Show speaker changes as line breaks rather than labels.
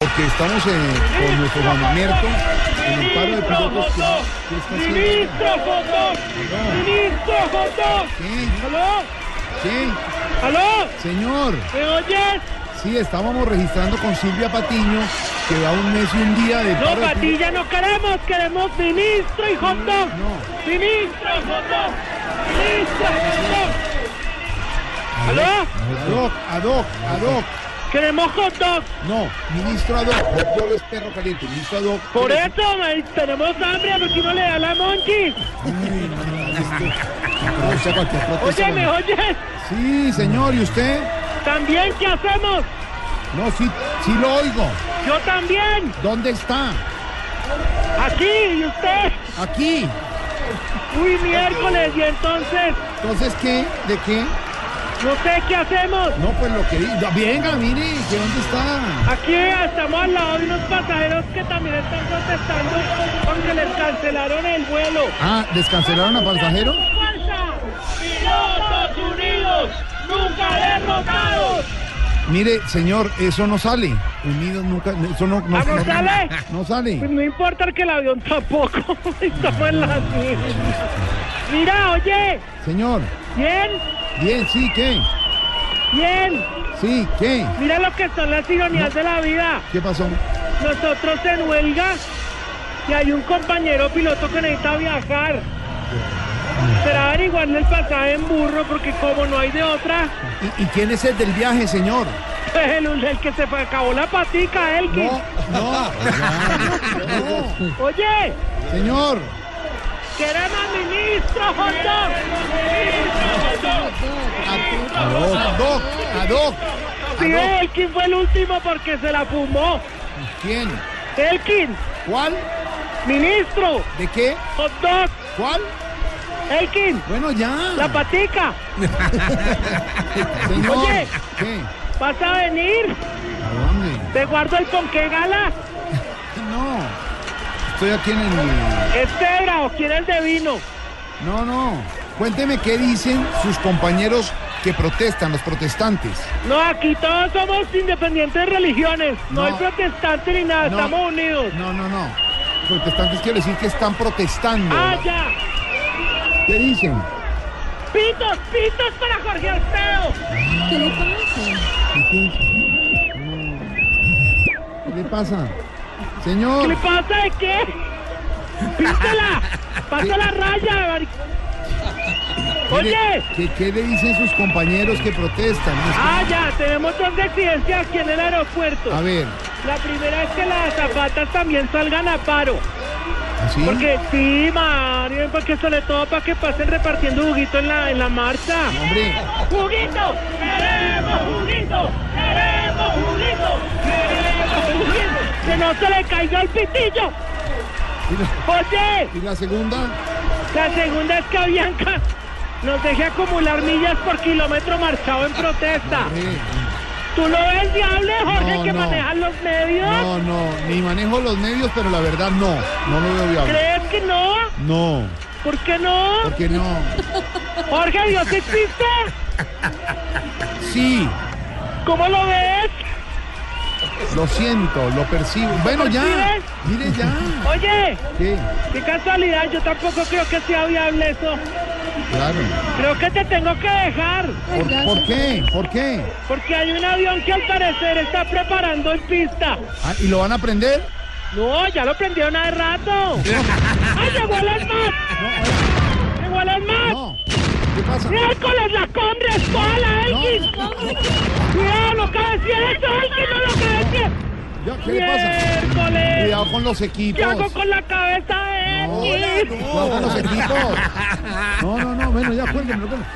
Porque estamos en- con nuestro Juan Mamerto en el paro de
¡Ministro
pilotos que,
Fotón!
que está haciendo.
¡Ministro Fotón! ¡Ministro Fotón!
¿Qué?
¿Aló?
¿Qué?
¿Aló?
Señor,
¿Me oyes?
sí, estábamos registrando con Silvia Patiño que va un mes y un día de
No,
paro de pilotos.
Patilla, no queremos, queremos ministro y Fotón.
No.
¡Ministro Fotón! ¡Ministro Fotón! ¿Aló?
Ad hoc, ad hoc, ad hoc.
Queremos hot dog.
No, ministro ad hoc. Hot dog es perro caliente, ministro ad hoc.
Por eso me- tenemos hambre porque uno le da la monchi.
Ay, no, esto causa cualquier protesta.
Oye, ¿me oyes?
Sí, señor, ¿y usted?
¿También qué hacemos?
No, sí, sí lo oigo.
Yo también.
¿Dónde está?
Aquí, ¿y usted?
Aquí.
Uy, miércoles, y entonces,
Entonces, ¿qué? ¿De qué?
no sé qué hacemos.
No, pues lo que... di- Venga, mire, ¿qué dónde está?
Aquí estamos al lado de unos pasajeros que también están protestando porque les cancelaron el vuelo.
Ah, ¿descancelaron a pasajero?
¡Fuerza! ¡Pilotos unidos! ¡Nunca derrotados!
Mire, señor, eso no sale. Unidos nunca... Eso no... no
¿Ah, no
no-
sale?
No
Pues
sale.
no importa que el avión tampoco. Estamos en las mismas. Mira, oye.
Señor,
Bien,
bien, sí, ¿qué?
bien.
Sí, ¿qué?
Mira lo que son las ironías de la vida.
¿Qué pasó?
Nosotros en huelga y hay un compañero piloto que necesita viajar. Será averiguarle el pasaje en burro porque como no hay de otra,
¿Y, y quién es el del viaje, señor?
pues el, el que se fue- acabó la patica, el que...
No, no. no.
Oye,
Señor.
queremos ministro Jota.
Ad hoc, ad hoc, ad hoc.
Pide Elkin fue el último porque se la fumó.
¿Quién?
Elkin,
¿Cuál?
ministro,
¿De qué?
hot dog,
¿Cuál?
Elkin,
Bueno, ya.
la patica,
Señor.
Oye.
¿Qué?
¿vas a venir?
¿A dónde?
Te guardo el ponqué gala,
No. Estoy aquí en el...
es cebra o quieres de vino.
No, no. Cuénteme qué dicen sus compañeros que protestan, los protestantes.
No, aquí todos somos independientes de religiones. No,
No.
hay protestante ni nada,
No.
estamos unidos.
No, no, no. Protestantes quiero decir que están protestando.
¡Ah, ya!
¿Qué dicen?
¡Pitos, pitos para Jorge Alfredo!
¿Qué le pasa?
¿Qué le
Señor,
pasa de qué? ¡Pítala! ¡Pasa la raya! mari-
¿qué le-
¡Oye!
¿qué, qué le dicen sus compañeros que protestan?
¡Ah, ya! Tenemos dos exigencias aquí en el aeropuerto.
A ver,
La primera es que las zapatas también salgan a paro.
¿así?
Porque sí, Mario, porque sobre todo para que pasen repartiendo juguito en la, en la marcha.
Hombre,
¡Juguito! ¡Queremos juguito! ¡Queremos juguito! ¡Queremos juguito! ¡Que no se le caiga el pitillo!
¿y la,
Oye,
y la segunda?
la segunda es que Avianca nos deje acumular millas por kilómetro marchado en protesta.
Eh,
¿Tú lo ves, diable, Jorge,
No,
que
no.
manejan los medios?
no, no, ni manejo los medios, pero la verdad no, no lo veo viable.
¿Crees que no?
No,
¿Por qué no?
porque no.
Jorge, ¿Dios existe?
Sí,
¿Cómo lo ves?
lo siento, lo percibo. Bueno, ya, mire ya.
Oye,
¿Qué?
qué casualidad, yo tampoco creo que sea viable eso.
Claro.
Creo que te tengo que dejar.
¿Por, por qué? ¿Por qué?
Porque hay un avión que al parecer está preparando en pista.
Ah, ¿Y lo van a aprender?
No, ya lo prendieron hace rato. ¡Ay, llegó el ESMAD! ¡Llegó el ESMAD!
No. ¿Qué pasa?
¡Miércoles la compra es toda la Elkin! ¡Cuidado, lo que decía eso, Elkin! ¡No lo que decía!
Ya, ¿Qué le pasa?
¡Miércoles!
Cuidado con los equipos.
¿Qué hago con la cabeza de
No,
Elkin?
cuidado con los equipos. No, no, no, bueno, ya cuélguenme. cuélguenme.